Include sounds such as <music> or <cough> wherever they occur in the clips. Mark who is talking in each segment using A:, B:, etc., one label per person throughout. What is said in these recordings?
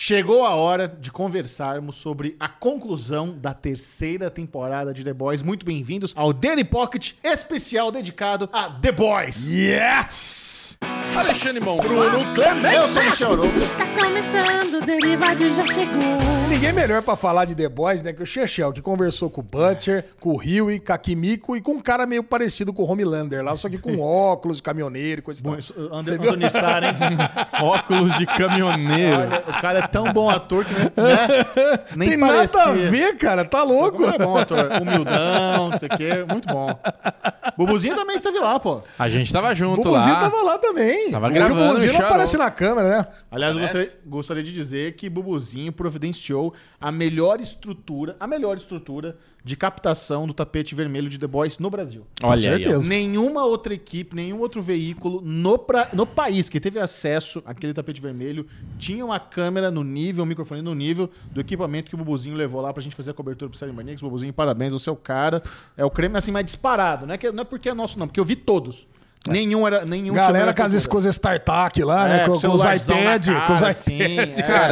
A: Chegou a hora de conversarmos sobre a conclusão da terceira temporada de The Boys. Muito bem-vindos ao Danny Pocket especial dedicado a The Boys.
B: Yes! Alexandre Mão.
A: Bruno Clemente. Eu sou o Michel Arouca.
C: Está começando, o Derivado já chegou.
B: Ninguém melhor pra falar de The Boys, né, que o Chechel, que conversou com o Butcher, com o Huey, com a Kimiko e com um cara meio parecido com o Homelander lá, só que com <laughs> óculos, caminhoneiro e coisa e
A: Bom,
B: tal.
A: isso, André Antônio Star, hein?
B: <laughs>
D: Óculos de caminhoneiro.
A: Olha, o cara é tão bom ator que né? nem
B: <laughs> Tem
A: parecia.
B: nada a ver, cara, tá louco?
A: Como ele é bom ator. Humildão, não sei o quê. Muito bom. Bubuzinho também esteve lá, pô.
D: A gente tava junto
B: O Bubuzinho
D: lá.
B: tava lá também.
D: Tava
B: o
D: gravando,
B: Bubuzinho não
D: chorou.
B: aparece na câmera, né?
A: Aliás, eu gostaria, gostaria de dizer que Bubuzinho providenciou a melhor estrutura, a melhor estrutura de captação do tapete vermelho de The Boys no Brasil.
D: Olha aí,
B: certeza.
D: ó.
A: Nenhuma outra equipe, nenhum outro veículo no, pra- no país que teve acesso àquele tapete vermelho tinha uma câmera no nível, um microfone no nível do equipamento que o Bubuzinho levou lá pra gente fazer a cobertura pro Série Maníacos. Bubuzinho, parabéns, você é o cara. É o creme assim mais disparado, não é, que, não é porque é nosso não, porque eu vi todos. Nenhum era, nenhum tinha
B: Galera
A: melhor
B: com as
A: estrutura.
B: escolas startup lá,
A: um É,
B: né? Com,
A: o
B: com os
A: celularzão na
B: iPad,
A: cara,
B: com os iPad.
A: assim,
B: <laughs>
A: é.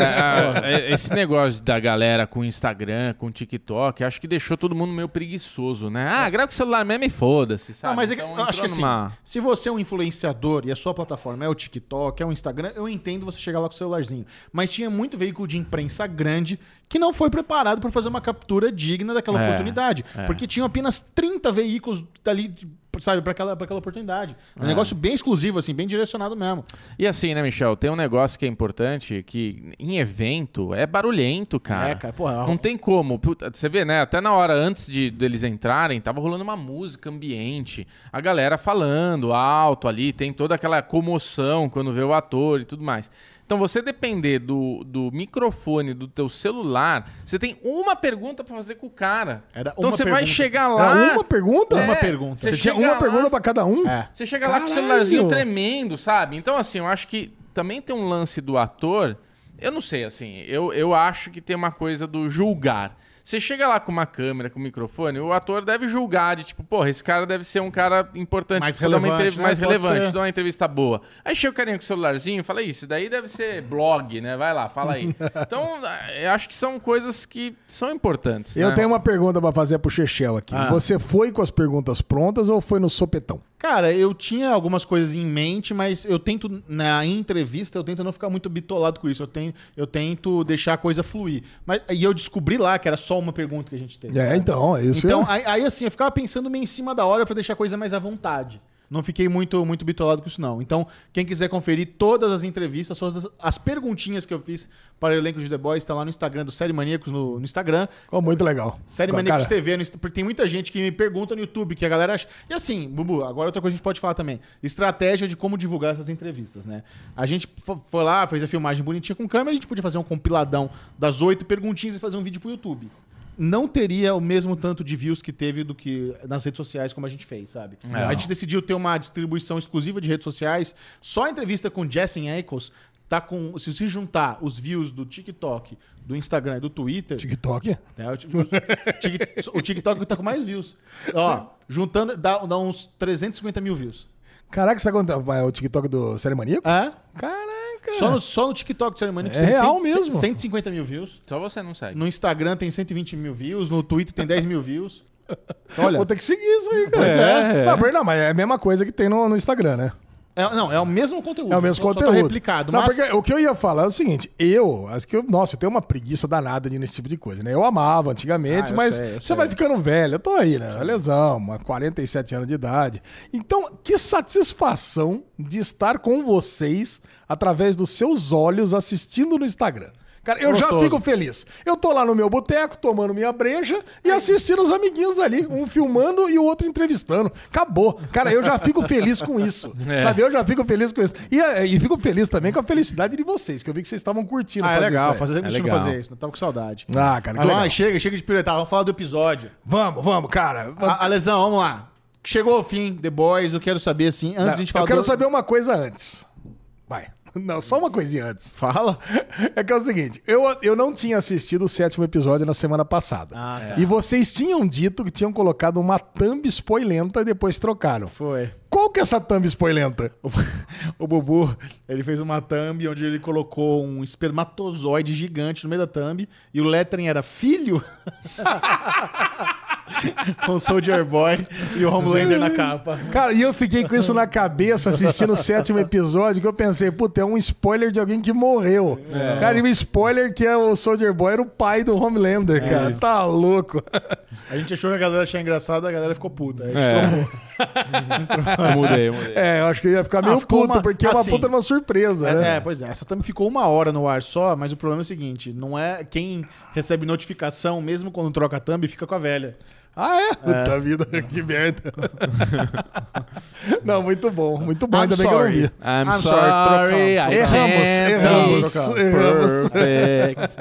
D: Cara, a- é- esse negócio da galera com Instagram, com TikTok, acho que deixou todo mundo meio preguiçoso, né? Ah, grava com o celular mesmo e foda-se, sabe?
A: Não, mas é que-
D: Então,
A: eu acho que
D: entrou
A: assim,
D: numa-
A: se você é um influenciador e a sua plataforma é o TikTok, é o Instagram, eu entendo você chegar lá com o celularzinho. Mas tinha muito veículo de imprensa grande que não foi preparado para fazer uma captura digna daquela
D: É,
A: oportunidade.
D: é.
A: Porque tinham apenas 30 veículos ali, sabe, para aquela, pra aquela oportunidade. Um negócio bem exclusivo, assim, bem direcionado mesmo.
D: E assim, né, Michel? Tem um negócio que é importante, que em evento é barulhento, cara.
A: É, cara, porra.
D: Não tem como. Puta, Você vê, né? Até na hora antes de deles entrarem, tava rolando uma música ambiente. A galera falando alto ali, tem toda aquela comoção quando vê o ator e tudo mais. Então você depender do, do microfone do teu celular, você tem uma pergunta pra fazer com o cara.
A: Era
D: então
A: uma
D: você vai
A: pergunta.
D: chegar lá.
B: Era É, uma pergunta?
A: Uma
D: É,
A: pergunta.
B: Você
D: Você
B: tinha
D: chega
B: uma
D: lá-
B: pergunta pra cada um?
A: É.
D: você chega lá com o
B: Caralho!
D: celularzinho tremendo, sabe? Então, assim, eu acho que também tem um lance do ator. Eu não sei, assim, eu, eu acho que tem uma coisa do julgar. Você chega lá com uma câmera, com um microfone, o ator deve julgar de tipo, porra, esse cara deve ser um cara importante,
A: Mais
D: pra dar uma
A: relevante,
D: entrev-
A: né?
D: mais
A: Pode
D: relevante,
A: ser.
D: dar uma entrevista boa. Aí chega o carinha com o celularzinho e fala, isso daí deve ser blog, né? Vai lá, fala
A: <laughs>
D: aí. então, eu acho que são coisas que são importantes.
B: Eu
D: né?
B: tenho uma pergunta pra fazer pro Chechel aqui.
A: É. Ah.
B: Você foi com as perguntas prontas ou foi no sopetão?
A: Cara, eu tinha algumas coisas em mente, mas eu tento, na entrevista, eu tento não ficar muito bitolado com isso. Eu, tenho, eu tento deixar a coisa fluir. Mas, e eu descobri lá que era só uma pergunta que a gente teve.
B: É, então, é isso.
A: Então,
B: eu-
A: aí, aí, assim, eu ficava pensando meio em cima da hora pra deixar a coisa mais à vontade. Não fiquei muito, muito bitolado com isso, não. Então, quem quiser conferir todas as entrevistas, todas as- as perguntinhas que eu fiz para o elenco de The Boys, tá lá no Instagram do Série Maníacos, no, no Instagram.
B: <laughs> Ficou muito legal.
A: Série
B: Cara,
A: Maníacos TV, no Insta- porque tem muita gente que me pergunta no YouTube, que a galera acha. E assim, Bubu, agora outra coisa que a gente pode falar também. Estratégia de como divulgar essas entrevistas, né? A gente fo- foi lá, fez a filmagem bonitinha com câmera, a gente podia fazer um compiladão das oito perguntinhas e fazer um vídeo pro YouTube. Não teria o mesmo tanto de views que teve do que nas redes sociais, como a gente fez, sabe? A gente decidiu ter uma distribuição exclusiva de redes sociais. Só a entrevista com Jessen Ackles tá com. Se se juntar os views do TikTok, do Instagram e do Twitter.
B: TikTok?
A: Né? O, tik- tik- o TikTok tá com mais views. Ó, juntando, dá, dá uns 350 mil views.
B: Caraca, você tá contando vai, o TikTok do Série Maníaco?
A: É?
B: Caraca!
A: Só no, só no TikTok do Ceremony
B: É real mesmo.
A: 150 mil views.
D: Só você não segue.
A: No Instagram tem 120 mil views. No Twitter tem 10 mil views. Olha,
B: Vou ter que seguir isso aí, cara.
A: Pois
D: é, é.
B: Não, mas- não, mas é a mesma coisa que tem no, no Instagram, né?
A: é- não, é o mesmo conteúdo.
B: É o mesmo
A: só- só tá
B: conteúdo.
A: replicado.
B: Não,
A: mas
B: porque o que eu ia falar é o seguinte, eu, acho que eu, nossa, eu tenho uma preguiça danada de ir nesse tipo de coisa, né? Eu amava antigamente,
A: Ah, eu
B: mas
A: sei, eu
B: você
A: sei.
B: vai ficando velho, eu tô aí, né? Lesão, uma 47 anos de idade. Então, que satisfação de estar com vocês através dos seus olhos assistindo no Instagram. Cara, eu já
A: Gostoso.
B: fico feliz. Eu tô lá no meu boteco, tomando minha breja e assistindo os amiguinhos ali, um filmando e o outro entrevistando. Acabou. Cara, eu já fico feliz
A: <laughs>
B: com isso.
D: É.
B: Sabe, eu já fico feliz com isso. E, eh, e fico feliz também com a felicidade de vocês, que eu vi que vocês estavam curtindo.
A: Ah, é
B: fazer
A: legal.
B: isso aí.
A: Fazer tempo que
D: É
A: a gente não
D: legal.
A: fazer isso. Eu tava com saudade.
B: Ah, cara, que
A: Mas vamos lá,
B: legal.
A: chega, chega de piruetar. Vamos falar do episódio.
B: Vamos, vamos, cara.
A: A, a lesão, vamos lá. Chegou ao fim, The Boys. Eu quero saber, assim, antes de a gente falar
B: eu quero
A: do-
B: saber uma coisa antes. Vai. <laughs> Não, só uma coisinha antes.
A: Fala.
B: É que é o seguinte, eu, eu não tinha assistido o sétimo episódio na semana passada.
A: Ah,
B: E vocês tinham dito que tinham colocado uma thumb spoilenta e depois trocaram.
A: Foi.
B: Qual que é essa thumb spoilenta?
A: O Bubu, ele fez uma thumb onde ele colocou um espermatozoide gigante no meio da thumb e o lettering era filho <laughs> com o Soldier Boy e o Homelander na capa.
B: Cara, e eu fiquei com isso na cabeça assistindo o sétimo episódio, que eu pensei, puta, é um spoiler de alguém que morreu. Cara, e um spoiler que é o Soldier Boy era o pai do Homelander,
A: É
B: cara. Tá louco.
A: A gente achou que a galera achava engraçado, a galera ficou puta. Aí a gente
D: É.
A: trocou.
D: mudei, mudei.
B: É, eu acho que ia ficar meio
A: ficou
B: puto,
A: uma-
B: porque é uma
A: assim,
B: puta de uma surpresa,
A: É,
B: né?
A: é, pois é. Essa também ficou uma hora no ar só, mas o problema é o seguinte: não é quem recebe notificação, mesmo quando troca a thumb, fica com a velha.
B: Ah, é? Puta vida, <laughs> que
A: <laughs>
B: merda. não, muito bom, muito bom.
A: I'm
B: Ainda bem que eu não
A: sorry. É,
B: vi.
D: I'm,
A: I'm
D: sorry,
A: sorry,
D: I
A: trocamos.
B: Erramos, erramos,
D: can't be
B: erramos.
D: perfect.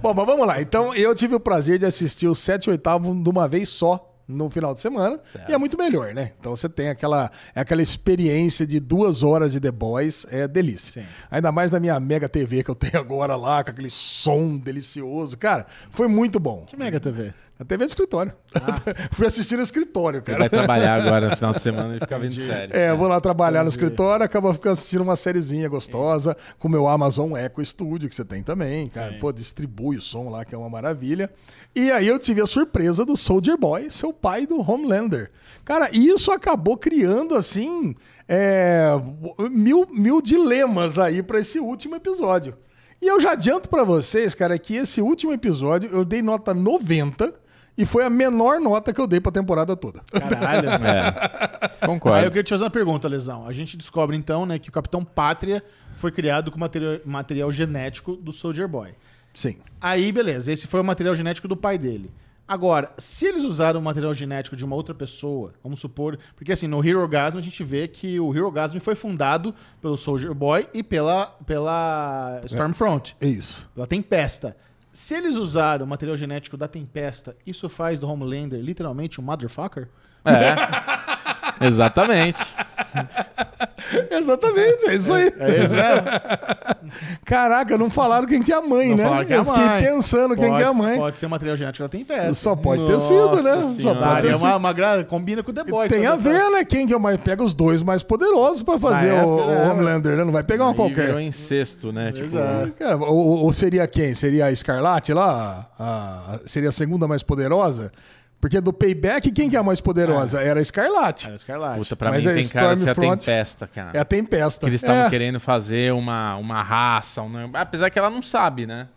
B: Bom, mas vamos lá. Então, eu tive o prazer de assistir o 7 e 8 de uma vez só no final de semana. E é muito melhor, né? Então você tem aquela, aquela experiência de duas horas de The Boys, é delícia.
A: Sim.
B: Ainda mais na minha mega TV que eu tenho <laughs> agora lá, com aquele som delicioso. Cara, foi muito bom.
A: Que Ah. mega TV.
B: A TV do escritório. <laughs> Fui assistir no escritório, cara.
D: Vai trabalhar agora no final de semana e ficar vendo série.
B: É, eu vou lá trabalhar no escritório, acaba ficando assistindo uma sériezinha gostosa, com o meu Amazon Echo Studio, que você tem também, cara. Pô, distribui o som lá, que é uma maravilha. E aí eu tive a surpresa do Soldier Boy, seu pai do Homelander. Cara, e isso acabou criando, assim, é, mil, mil dilemas aí pra esse último episódio. E eu já adianto pra vocês, cara, que esse último episódio eu dei nota 90 e foi a menor nota que eu dei pra temporada toda.
A: Caralho.
D: <laughs> É.
A: Aí eu
D: Concordo.
A: queria te fazer uma pergunta, Lesão. A gente descobre então, né, que o Capitão Pátria foi criado com material, material genético do Soldier Boy.
B: Sim.
A: Aí, beleza, esse foi o material genético do pai dele. Agora, se eles usaram o material genético de uma outra pessoa, vamos supor. Porque assim, no Hero Gasm a gente vê que o Hero Gasm foi fundado pelo Soldier Boy e pela, pela Stormfront,
B: É isso.
A: pela Tempesta. Se eles usaram o material genético da Tempesta, isso faz do Homelander literalmente um motherfucker?
D: É. Exatamente.
B: Exatamente, é isso aí.
A: É isso <laughs> mesmo?
B: Caraca, não falaram quem que é a mãe,
A: Não
B: né?
A: falaram quem é a
B: eu fiquei
A: mãe.
B: pensando quem que é a mãe.
A: Pode ser o material genético da Tempesta.
B: Só pode ter
D: Nossa
B: sido, né? Só
D: Senhora.
B: pode
A: Daria
B: ter sido.
A: Ah, é uma, uma gra- combina com o The Boys.
B: Tem a
A: fazer
B: ver, né? Quem que é o mais. Pega os dois mais poderosos pra fazer
A: Na
B: o,
A: época,
B: o
A: né?
B: Homelander, né? Não vai pegar uma
D: Aí virou
B: qualquer.
D: incesto, né? Tipo,
A: é.
B: Cara, ou, ou seria quem? Seria a Escarlate lá? A- a- seria a segunda mais poderosa? Porque do payback, quem que é a mais poderosa? Era a Escarlate.
A: Essa. É, Escarlate.
D: puta, pra
B: Mas
D: mim
B: é
D: tem cara de ser a
B: Stormfront.
D: tempesta, cara.
B: É a Tempesta.
D: Que eles estavam
B: É.
D: querendo fazer uma, uma raça. um nome- Apesar que ela não sabe, né?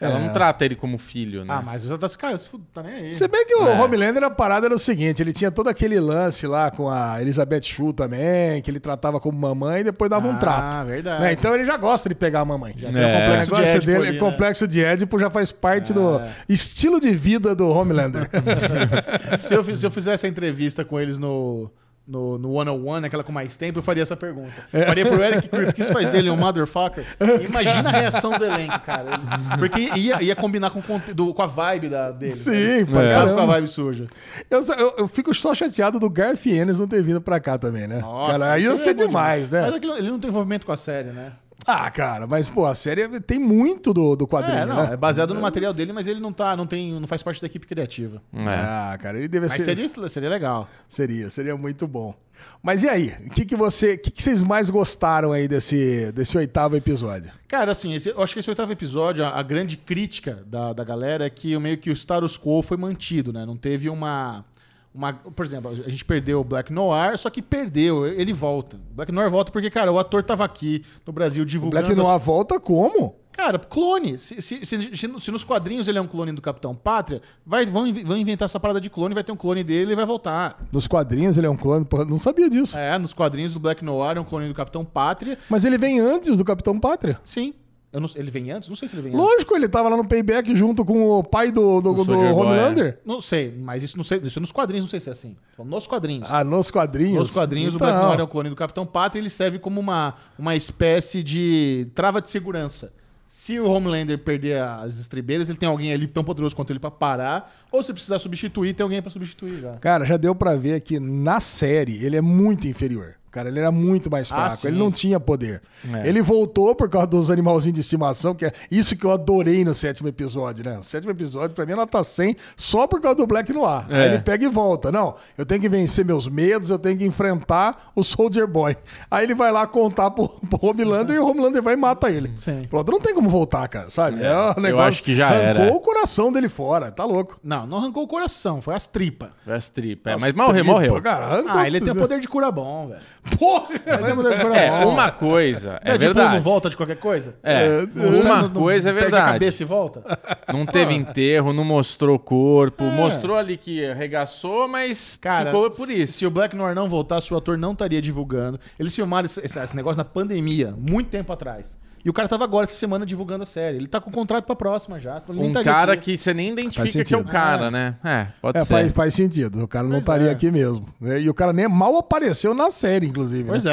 D: Ela não trata ele como filho, né?
A: Ah, mas usa das caras, fu- tá nem aí.
B: Se bem que
D: É.
B: o Homelander, a parada era o seguinte, ele tinha todo aquele lance lá com a Elizabeth Shue também, que ele tratava como mamãe e depois dava um
A: Ah,
B: trato.
A: verdade.
B: Né? Então ele já gosta de pegar a mamãe.
A: Já tem o
D: É.
B: O
A: complexo de
B: negócio
A: Édipo
B: dele,
A: ali, né? É.
B: complexo de Édipo, já faz parte do estilo de vida do
A: <laughs>
B: Homelander. então.
A: Se, eu, fiz- se eu fizer essa entrevista com eles no, no, no 101, naquela com mais tempo, eu faria essa pergunta.
B: É.
A: Faria pro Eric Kripke, que isso faz dele um
B: <laughs>
A: motherfucker. Imagina a reação do elenco, cara. Ele- Porque ia, ia combinar com, o conte- do- com a vibe da, dele.
B: Sim,
A: Ele
B: pra
A: estava
B: caramba.
A: com a vibe suja.
B: eu, só- eu- eu fico só chateado do Garfienes não ter vindo pra cá também, né? cara, aí
A: isso
B: ia
A: é
B: ser
A: bom
B: demais, né?
A: Mas aquilo- ele não tem envolvimento com a série, né?
B: Ah, cara, mas pô, a série tem muito do, do quadrinho,
A: É, não,
B: né?
A: é baseado no material dele, mas ele não tá, não tem, não faz parte da equipe criativa.
D: É.
B: Ah, cara, ele deve
A: Mas
B: ser...
A: seria, seria legal.
B: Seria, seria muito bom. Mas e aí? O que, que você, o que, que vocês mais gostaram aí desse, desse oitavo episódio?
A: Cara, assim, esse- eu acho que esse oitavo episódio, a, a grande crítica da, da galera é que o- meio que o status quo foi mantido, né? Não teve uma. uma por exemplo, a gente perdeu o Black Noir, só que perdeu, ele volta. O Black Noir volta porque, cara, o ator tava aqui no Brasil
B: O
A: divulgando.
B: Black Noir volta como?
A: Cara, clone. Se, se- se- se- se nos quadrinhos ele é um clone do Capitão Pátria, vai, vão, inv- vão inventar essa parada de clone, vai ter um clone dele e vai voltar.
B: Nos quadrinhos ele é um clone, porra, não sabia disso.
A: É, nos quadrinhos do Black Noir é um clone do Capitão Pátria.
B: Mas ele vem antes do Capitão Pátria.
A: Sim. Eu não- ele vem antes? Não sei se ele vem antes.
B: Lógico, ele tava lá no Payback junto com o pai do, do, do
D: Soldier Boy,
B: Homelander.
A: Não sei, mas isso, não sei, isso nos quadrinhos, não sei se é assim. Tô falando Nos quadrinhos.
B: Ah, nos quadrinhos.
A: nos quadrinhos,
B: Então,
A: o Black Noir é o clone do Capitão Pátria e ele serve como uma, uma espécie de trava de segurança. Se o Homelander perder as estribeiras, ele tem alguém ali tão poderoso quanto ele pra parar. Ou se precisar substituir, tem alguém pra substituir já.
B: Cara, já deu pra ver que na série ele é muito inferior. cara. Ele era muito mais
A: Ah,
B: fraco.
A: sim.
B: ele não tinha poder.
D: É.
B: Ele voltou por causa dos animalzinhos de estimação, que é isso que eu adorei no sétimo episódio, né? O sétimo episódio, pra mim, é nota 100 só por causa do Black Noir.
D: É.
B: Aí ele pega e volta. Não, eu tenho que vencer meus medos, eu tenho que enfrentar o Soldier Boy. Aí ele vai lá contar pro, pro Homelander e o Homelander vai e mata ele.
A: Sim.
B: Pronto, não tem como voltar, cara, sabe? É, um negócio.
D: acho que já
B: arrancou
D: era.
B: o coração dele fora, tá louco.
A: Não, não arrancou o coração, foi as tripas.
D: As tripas. É,
B: As
D: mas morreu,
B: tripa,
D: morreu.
B: Cara, arrancou
A: Ah, ele tem o poder de cura bom, velho.
B: Porra!
A: Ele tem o <laughs> poder de cura
D: É,
A: bom.
D: uma coisa é,
A: É, tipo,
D: verdade.
A: não volta de qualquer coisa?
D: É, uma
A: Não- não-
D: coisa é
A: Perde a
D: verdade.
A: cabeça e volta?
D: Não teve enterro, não mostrou corpo. Mostrou ali que arregaçou, mas
A: Cara,
D: ficou por
A: se-
D: isso.
A: Se o Black Noir não voltasse, o ator não estaria divulgando. Eles filmaram esse, esse- esse negócio na pandemia, muito tempo atrás. E o cara tava agora, essa semana, divulgando a série. Ele tá com o contrato pra próxima já. senão ele nem
D: Um
A: estaria
D: cara
A: aqui.
D: que você nem identifica
B: Faz
D: que é o
B: sentido.
D: cara, né? É, pode
B: É,
D: ser.
B: faz, faz sentido. O cara não estaria
A: é.
B: aqui mesmo. né? E o cara nem mal apareceu na série, inclusive.
A: Pois
B: né?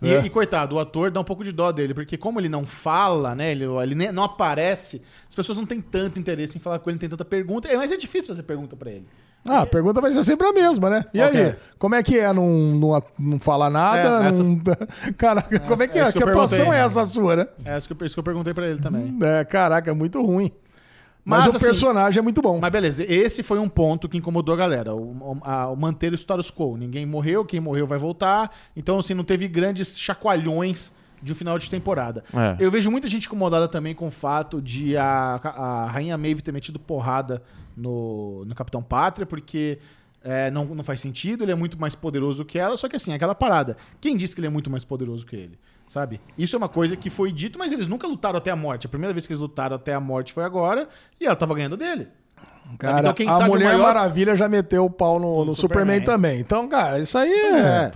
A: é.
D: É.
A: E,
B: É.
A: e, coitado, o ator dá um pouco de dó dele, porque como ele não fala, né? Ele, ele nem- não aparece, as pessoas não têm tanto interesse em falar com ele, não tem tanta pergunta. É, Mas é difícil fazer pergunta pra ele.
B: Ah, a pergunta vai ser sempre a mesma, né? E
A: Ok.
B: aí? Como é que é? Não, não, não fala nada?
A: É, essa-
B: não- <laughs> Caraca, como é que é?
A: essa
B: Que
A: eu perguntei.
B: atuação é essa sua, né?
A: É isso que eu, isso que eu perguntei pra ele também.
B: É, caraca, é muito ruim. Mas,
A: Mas,
B: o
A: assim,
B: personagem é muito bom.
A: Mas beleza, esse foi um ponto que incomodou a galera. O, o- a- o manter o status quo. Ninguém morreu, quem morreu vai voltar. Então, assim, não teve grandes chacoalhões de um final de temporada.
D: É.
A: Eu vejo muita gente incomodada também com o fato de a, a Rainha Maeve ter metido porrada no, no Capitão Pátria, porque é, não, não faz sentido, ele é muito mais poderoso que ela. Só que, assim, aquela parada. Quem disse que ele é muito mais poderoso que ele? Sabe? Isso é uma coisa que foi dito, mas eles nunca lutaram até a morte. A primeira vez que eles lutaram até a morte foi agora, e ela tava ganhando dele.
B: Cara,
A: Então, quem
B: a
A: sabe o
B: Mulher
A: maior-
B: Maravilha já meteu o pau no, no Superman.
A: Superman.
B: também. Então, cara, isso aí é.
A: é.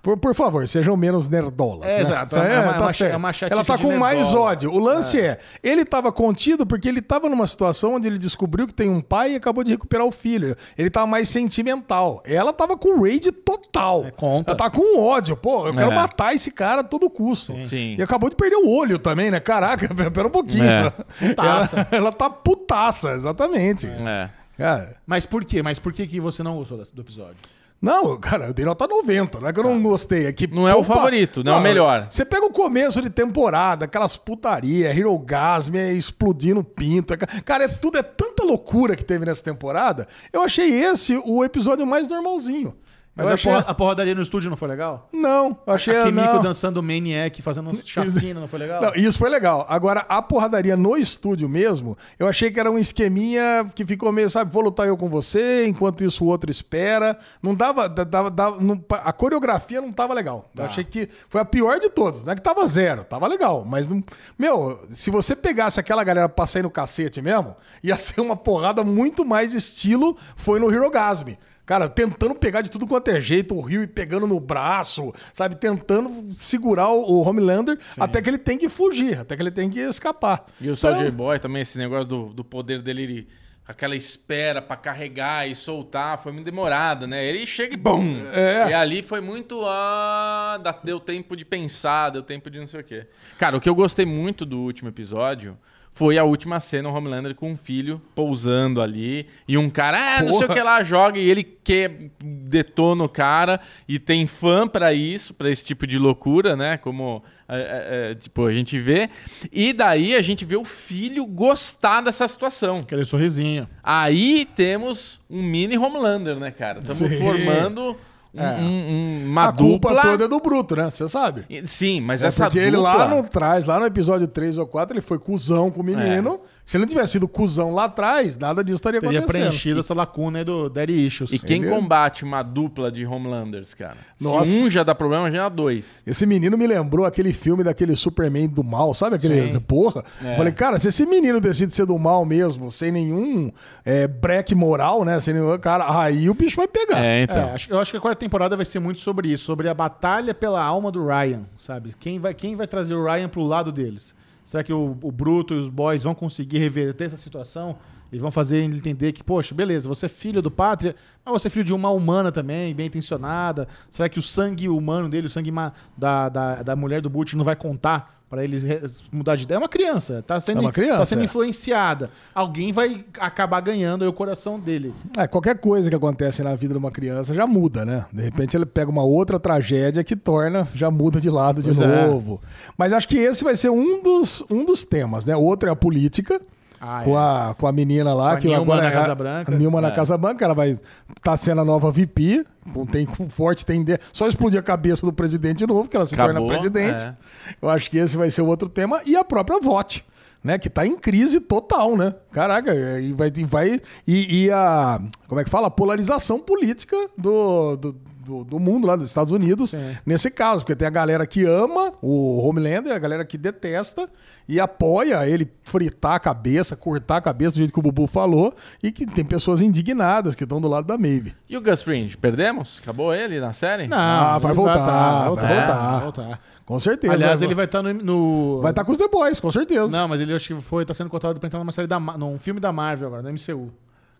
B: Por, por favor, sejam menos nerdolas.
A: É,
B: né?
A: exato.
B: Isso aí
A: É uma- é uma-
B: certo.
A: é uma chatice
B: Ela tá
A: de
B: com mais
A: nerdola.
B: ódio. O lance é. ele tava contido porque ele tava numa situação onde ele descobriu que tem um pai e acabou de recuperar o filho. Ele tava mais sentimental. Ela tava com rage total.
A: É, conta.
B: Ela tá com ódio. Pô, eu quero
D: É.
B: matar esse cara a todo custo.
D: Sim.
B: E acabou de perder o olho também, né? Caraca, <laughs> pera um pouquinho.
D: É.
A: Putaça.
B: Ela, ela tá putaça, exatamente.
D: É.
B: Cara,
A: Mas por quê? Mas por que, que você não gostou das- do episódio?
B: não, cara, eu dei nota 90. Não é que eu não gostei. É que,
D: Não é o favorito, não é o melhor.
B: Você pega o começo de temporada, aquelas putaria, Hirogasm, é explodindo pinto. é ca- Cara, é tudo, é tanta loucura que teve nessa temporada. Eu achei esse o episódio mais normalzinho.
A: Mas
B: eu
A: a,
B: achei...
A: porra- a porradaria no estúdio não foi legal?
B: Não, eu achei...
A: a Kimiko
B: não.
A: dançando Maniac, fazendo
B: <laughs>
A: uns chacina, não foi legal?
B: Não, isso foi legal. Agora, a porradaria no estúdio mesmo, eu achei que era um esqueminha que ficou meio, sabe, vou lutar eu com você, enquanto isso o outro espera. Não dava. da- dava, dava- não- a coreografia não tava legal. Eu achei que foi a pior de todos. Não é que tava zero, tava legal. Mas, não- meu, se você pegasse aquela galera pra sair no cacete mesmo, ia <laughs> ser uma porrada muito mais estilo foi no Hirogasm. Cara, tentando pegar de tudo quanto é jeito, o Rio pegando no braço, sabe? Tentando segurar o, o Homelander até que ele tem que fugir, até que ele tem que escapar. Então,
D: E o Soldier Boy também, esse negócio do, do poder dele, ele- aquela espera pra carregar e soltar, foi muito demorada, né? Ele chega e bum!
B: É.
D: E ali foi muito. Ah, dá- deu tempo de pensar, deu tempo de não sei o quê. Cara, o que eu gostei muito do último episódio. Foi a última cena, o Homelander com um filho pousando ali. E um cara, ah, não sei o que lá, joga. E ele que detona o cara. E tem fã pra isso, pra esse tipo de loucura, né? Como, é, é, é, tipo, a gente vê. E daí a gente vê o filho gostar dessa situação.
A: Aquele sorrisinho.
D: Aí temos um mini Homelander, né, cara? Estamos
B: Sim. É.
D: formando um- um- um- uma
B: a culpa
D: dupla.
B: toda é do Bruto, né? Você sabe.
D: E- Sim, mas
B: É
D: essa
B: porque
D: dupla...
B: ele lá no trás, lá no episódio 3 ou 4, ele foi cuzão com o menino.
D: É.
B: Se ele não tivesse sido cuzão lá atrás, nada disso estaria
A: Teria
B: acontecendo.
A: preenchido essa lacuna aí do Daddy Issues.
D: E quem
B: mesmo.
D: combate uma dupla de Homelanders, cara?
B: Nossa.
D: Se um já dá problema, já dá dois.
B: Esse menino me lembrou aquele filme daquele Superman do mal, sabe aquele porra? Falei, cara, se esse menino decide ser do mal mesmo, sem nenhum é, breque moral, né? Sem nenhum, cara, aí o bicho vai pegar.
D: É,
A: É, acho- eu acho que a quarta temporada vai ser muito sobre isso, sobre a batalha pela alma do Ryan, sabe? Quem vai, quem vai trazer o Ryan pro lado deles? Será que o, o Bruto e os boys vão conseguir reverter essa situação? E vão fazer ele entender que, poxa, beleza, você é filho do pátria, mas você é filho de uma humana também, bem intencionada. Será que o sangue humano dele, o sangue ma- da, da, da mulher do Butch não vai contar Pra eles re- mudar de ideia. É uma criança. Tá sendo,
B: É uma criança,
A: Tá sendo
B: é.
A: influenciada. Alguém vai acabar ganhando aí o coração dele.
B: É, qualquer coisa que acontece na vida de uma criança já muda, né? De repente ele pega uma outra tragédia que torna, já muda de lado de
A: Pois é.
B: novo. Mas acho que esse vai ser um dos, um dos temas, né? Outro é a política.
A: Ah,
B: com,
A: é.
B: a, com a menina lá,
A: Com a
B: que
A: Nilma
B: agora
A: na
B: é
A: Casa
B: a-
A: Branca.
B: a Nilma na
D: É.
B: Casa Branca, ela vai tá sendo a nova VP, com, tem, com forte tendência. Só explodir a cabeça do presidente de novo, que ela se
D: Acabou,
B: torna presidente.
D: é.
B: Eu acho que esse vai ser o outro tema. E a própria VOT, né? Que tá em crise total, né? Caraca, e vai. E, vai, e, e a. Como é que fala? A polarização política do. do do, do mundo lá dos Estados Unidos, nesse caso, porque tem a galera que ama o Homelander, a galera que detesta e apoia ele fritar a cabeça, cortar a cabeça do jeito que o Bubu falou, e que tem pessoas indignadas que estão do lado da Maeve.
D: E o Gus Fringe, perdemos? Acabou ele na série?
A: Não,
B: Ah, vai
A: ele
B: voltar,
A: tá,
B: vai voltar.
A: vai voltar.
B: Com certeza.
A: Aliás,
B: vai-
A: ele vai estar no. no-
B: vai tá- estar com os The Boys, com certeza.
A: Não, mas ele acho que foi, tá sendo cotado pra entrar numa série da Ma- num filme da Marvel agora, no MCU.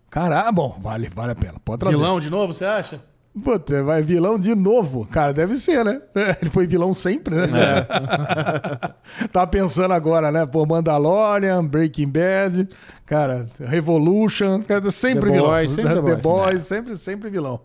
B: Caralho, bom, vale, vale a pena. Pode trazer.
A: Vilão de novo, você acha?
B: Puta, é, vai vilão de novo. Cara, deve ser, né? <laughs> Ele foi vilão sempre, né?
A: É.
B: Tava pensando agora, né? Pô, Mandalorian, Breaking Bad, cara, Revolution, cara, sempre
A: The
B: vilão.
A: Boys, sempre The
B: The
A: Boys, É.
B: Boys, sempre, sempre vilão.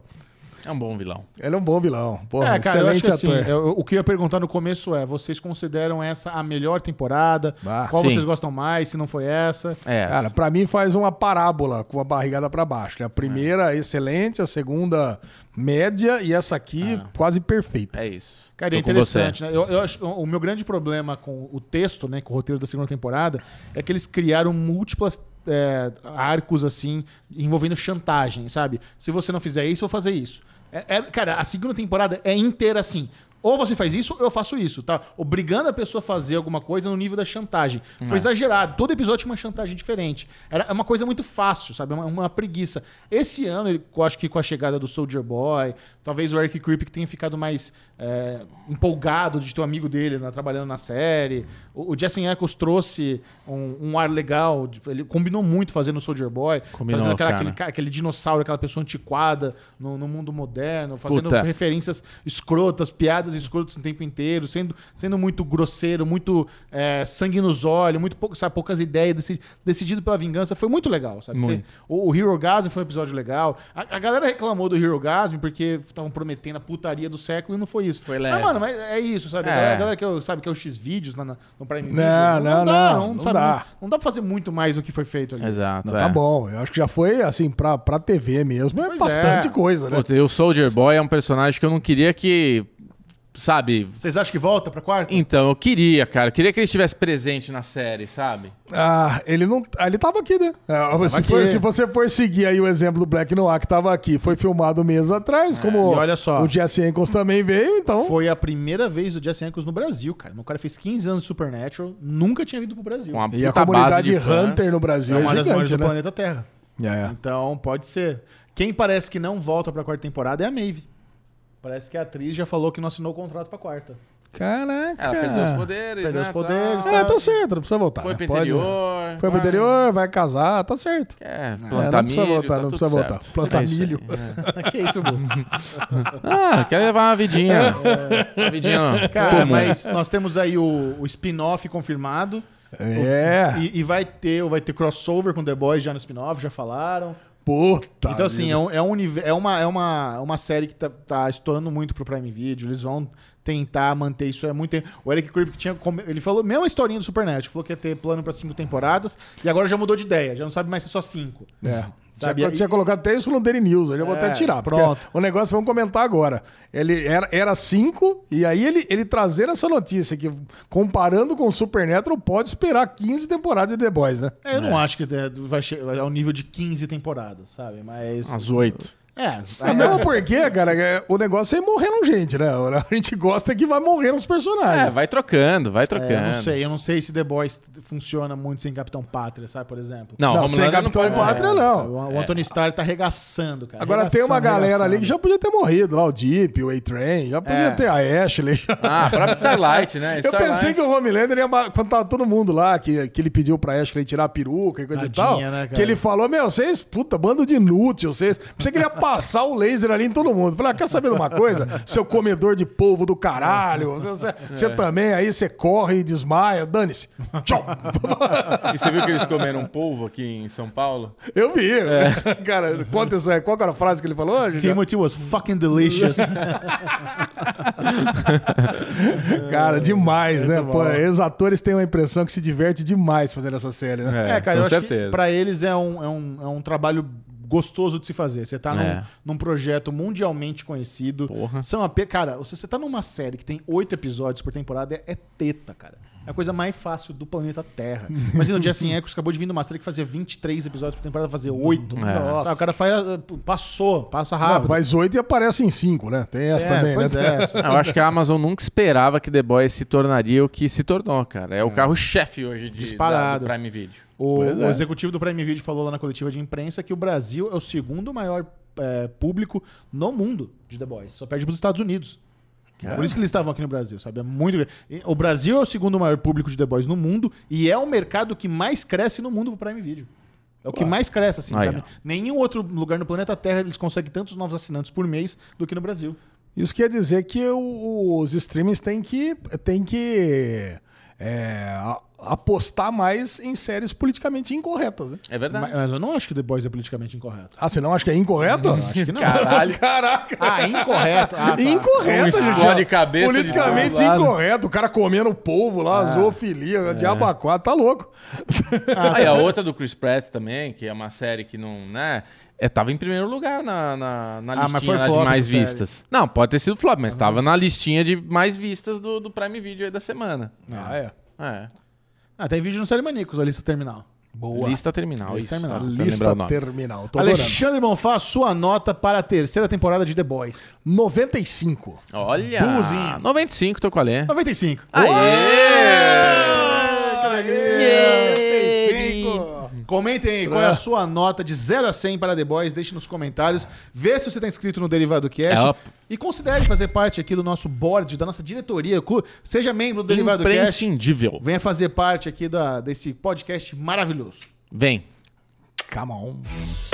D: É um bom vilão.
B: Ele é um bom vilão. Porra,
A: é, cara, eu acho
B: excelente
A: que assim,
B: ator.
A: eu- o que eu ia perguntar no começo é: vocês consideram essa a melhor temporada?
B: Ah,
A: Qual
D: sim.
A: vocês gostam mais, se não foi essa?
D: É.
B: Cara, pra mim faz uma parábola com a barrigada pra baixo. né? A
A: É.
B: primeira, excelente, a segunda, média, e essa aqui, quase perfeita.
D: É isso.
A: Cara, é
D: Tô com
A: interessante,
D: você.
A: né? Eu, eu acho, o meu grande problema com o texto, né, com o roteiro da segunda temporada, é que eles criaram múltiplas é, arcos, assim, envolvendo chantagem, sabe? Se você não fizer isso, eu vou fazer isso. É- é- cara, a segunda temporada é inteira assim. Ou você faz isso, ou eu faço isso, tá? Obrigando a pessoa a fazer alguma coisa no nível da chantagem.
D: É.
A: Foi exagerado. Todo episódio tinha uma chantagem diferente. Era é uma coisa muito fácil, sabe? É Uma, uma preguiça. Esse ano, ele- eu acho que com a chegada do Soldier Boy, talvez o Eric Creep que tenha ficado mais é, empolgado de ter um amigo dele né, trabalhando na série. O, o Jesse Ackles trouxe um, um ar legal. de- Ele combinou muito fazendo o Soldier Boy.
D: Combinou,
A: trazendo aquela-
D: cara.
A: aquele, ca- aquele dinossauro, aquela pessoa antiquada no, no mundo moderno, fazendo
D: Puta.
A: referências escrotas, piadas escrotas o tempo inteiro, sendo, sendo muito grosseiro, muito é, sangue nos olhos, muito pouco, sabe, poucas ideias, deci- decidido pela vingança. Foi muito legal, sabe?
D: Muito.
A: Tem- o, o Hero Gasm foi um episódio legal. A, a galera reclamou do Hero Gasm porque estavam prometendo a putaria do século e não foi isso.
D: Foi
A: mas,
D: leve.
A: mano, mas é isso, sabe? A
D: É.
A: galera, a galera que eu, sabe que é o X-Vídeos na- na- no Prime Video.
B: Não, não, não, não
A: sabe,
B: dá.
A: não- não dá pra fazer muito mais do que foi feito ali.
D: Exato.
B: Não,
D: é.
B: Tá bom, eu acho que já foi assim, pra, pra TV mesmo, é
A: Pois
B: bastante
A: é.
B: coisa, né?
D: Putz, e o Soldier Boy é um personagem que eu não queria que. Sabe?
A: Vocês acham que volta pra quarta?
D: Então, eu queria, cara. Eu queria que ele estivesse presente na série, sabe?
B: Ah, ele não. ah, Ele tava aqui, né? Ah, se, for-
A: aqui.
B: se você for seguir aí o exemplo do Black Noir, que tava aqui, foi filmado meses atrás, como
A: É, e olha só.
B: o Jesse Enkos também veio, então.
A: Foi a primeira vez do Jesse Ankles no Brasil, cara. Meu cara fez 15 anos de Supernatural, nunca tinha vindo pro Brasil.
D: Com uma
B: E a
D: puta
B: comunidade
D: base de fãs.
B: Hunter no Brasil
A: é uma
B: é,
A: das maiores
B: gigante,
A: do
B: né?
A: planeta Terra.
B: É, é.
A: Então, pode ser. Quem parece que não volta pra quarta temporada é a Maeve. Parece que a atriz já falou que não assinou o contrato pra quarta. <laughs>
B: Caraca.
D: É, Ela perdeu os poderes,
A: Perdeu
D: né,
A: os poderes,
D: tal.
A: tá.
B: É, tá certo, não precisa voltar.
D: Foi
B: né?
D: pro
B: Pode-
D: interior.
B: Foi pro
D: vai-
B: interior, vai casar, tá certo.
D: É,
B: É,
D: plantar
B: não precisa
D: milho,
B: voltar,
D: tá
B: não
D: tudo
B: precisa
D: certo.
B: voltar. Plantar
D: É isso aí,
B: milho.
D: é.
A: que isso, Bu?
D: Ah, quer levar uma vidinha.
B: É.
D: Uma vidinha
A: Cara,
D: comum.
A: mas nós temos aí o, o spin-off confirmado.
B: É.
A: E, e vai ter vai ter crossover com The Boys já no spin-off, já falaram.
B: Puta.
A: Então, assim,
B: vida.
A: é, um, é, um univer- é uma, é uma, é uma série que tá, tá estourando muito pro Prime Video. Eles vão tentar manter isso. É muito tempo. O Eric Kripke tinha. come- Ele falou a mesma historinha do Supernatural. Falou que ia ter plano pra cinco temporadas. E agora já mudou de ideia. Já não sabe mais se é só cinco.
B: É.
A: <laughs> Sabe,
B: Tinha,
A: aí-
B: tinha colocado até isso no Daily News, eu já vou
A: É,
B: até tirar. porque
A: pronto.
B: O negócio, vamos comentar agora. Ele era, era cinco, e aí ele, ele trazendo essa notícia que, comparando com o Supernatural, pode esperar 15 temporadas de The Boys, né?
A: É, eu não acho que é, vai chegar ao nível de 15 temporadas, sabe? Mas.
D: Às oito.
A: É.
B: É mesmo porque, cara, é- o negócio é ir morrendo gente, né? <laughs> A gente gosta que vai morrendo os
D: É,
B: personagens.
D: vai trocando, vai trocando.
A: é, eu não sei, eu não sei se The Boys funciona muito sem Capitão Pátria, sabe, por exemplo.
D: Não,
B: Não,
D: Homelander
B: sem
D: não
B: Capitão
D: pode-
B: Pátria,
A: É,
B: não.
A: sabe, O, o Anthony Starr tá arregaçando, cara.
B: Agora tem uma
A: Arregaçando,
B: galera ali que
A: arregaçando.
B: já podia ter morrido lá, o Deep, o A-Train, já podia
A: É.
B: ter a Ashley. <laughs>
D: Ah, próprio Starlight, né?
B: Eu
D: Starlight.
B: pensei que o Homelander ia. ma- Quando tava todo mundo lá, que, que ele pediu pra Ashley tirar a peruca e coisa
A: Tadinha,
B: e tal.
A: né, cara?
B: que ele falou: Meu, vocês, puta, bando de inútil, vocês. Pensei que ele ia passar o laser ali em todo mundo. Falei, ah, quer saber de uma coisa? Seu comedor de polvo do caralho,
A: <laughs>
B: você,
A: É.
B: você- você também aí, você corre e desmaia, dane-se. Tchau! <laughs>
D: E você viu que eles comeram um polvo aqui em São Paulo?
B: Eu vi.
A: É.
B: <laughs> Cara, conta isso aí. Qual que era a frase que ele falou? Giga?
A: <laughs> Timothy was fucking <laughs> delicious. É,
B: Cara, demais, né? Pô, os atores têm uma impressão que se diverte demais fazendo essa série, né?
A: É, cara,
D: com
A: eu acho
D: certeza.
A: que pra eles é um, é, um, é um trabalho gostoso de se fazer. Você tá num-
D: É.
A: num, projeto mundialmente conhecido.
D: Porra.
A: São ape- Cara, você, você tá numa série que tem oito episódios por temporada, é, é teta, cara. É a coisa mais fácil do planeta
D: <laughs>
A: Terra. Imagina o Jesse Eccles acabou de vir de uma série que fazia 23 episódios por temporada, fazer
D: É.
A: oito.
B: Nossa.
A: Sabe, o cara faz, eh, passou, passa
B: Não,
A: rápido.
B: mas oito e aparece em cinco, né? Tem essa
A: É,
B: também,
A: pois
B: né?
A: <laughs> é.
D: Ah, Eu acho que a Amazon nunca esperava que The Boys se tornaria o que se tornou, cara. É o carro-chefe hoje de,
A: Disparado.
D: da- do Prime Video.
A: O,
B: Pois
A: o
B: é.
A: executivo do Prime Video falou lá na coletiva de imprensa que o Brasil é o segundo maior é, público no mundo de The Boys. Só perde para os Estados Unidos. É Por isso que eles estavam aqui no Brasil, sabe? É muito grande. E O Brasil é o segundo maior público de The Boys no mundo e é o mercado que mais cresce no mundo pro Prime Video. É o que mais cresce, assim,
D: Aí,
A: sabe?
D: ó.
A: Nenhum outro lugar no planeta Terra eles conseguem tantos novos assinantes por mês do que no Brasil.
B: Isso quer dizer que o- os streamings têm que, têm que é, a- apostar mais em séries politicamente incorretas, né?
D: É verdade.
A: Mas mas eu não acho que The Boys é politicamente incorreto.
B: Ah, você não acha que é incorreto?
A: Acho que não.
B: <laughs>
D: Caralho.
B: Caraca!
A: Ah, incorreto. Ah, tá.
D: Um
B: Incorreto,
D: explode
B: gente.
D: cabeça de
B: Politicamente
D: todo lado. É.
B: incorreto. O cara comendo polvo lá, zoofilia, diabo a quatro, tá louco.
D: Ah, e a outra do Chris Pratt também, que é uma série que não, né? É, tava em primeiro lugar na, na, na
A: Ah, mas
D: listinha
A: foi
D: lá de
A: flop
D: mais
A: essa série.
D: vistas. Não, pode ter sido flop, mas tava na listinha de mais vistas do, do Prime Video aí da semana.
B: Ah, é.
D: É.
A: Ah, tem vídeo no Série Maníacos, a lista terminal.
B: Boa.
D: Lista terminal.
A: Lista
D: isso,
A: terminal.
D: tava tentando lembrar o
B: Lista
D: nome.
B: terminal. Tô adorando.
A: Alexandre Bonfá, sua nota para a terceira temporada de The Boys.
B: 95.
D: Olha!
A: Bubuzinho.
D: 95, tô com a Lê.
A: 95.
D: Aê!
A: Que
D: Yay!
A: Comentem aí qual é a sua nota de 0 a 100 para The Boys. Deixe nos comentários. Vê se você está inscrito no Derivado Cast.
D: É, ó.
A: E considere fazer parte aqui do nosso board, da nossa diretoria. Cu- Seja membro do Derivado Cast.
D: Imprescindível.
A: Venha fazer parte aqui da- desse podcast maravilhoso.
D: Vem.
B: Come on.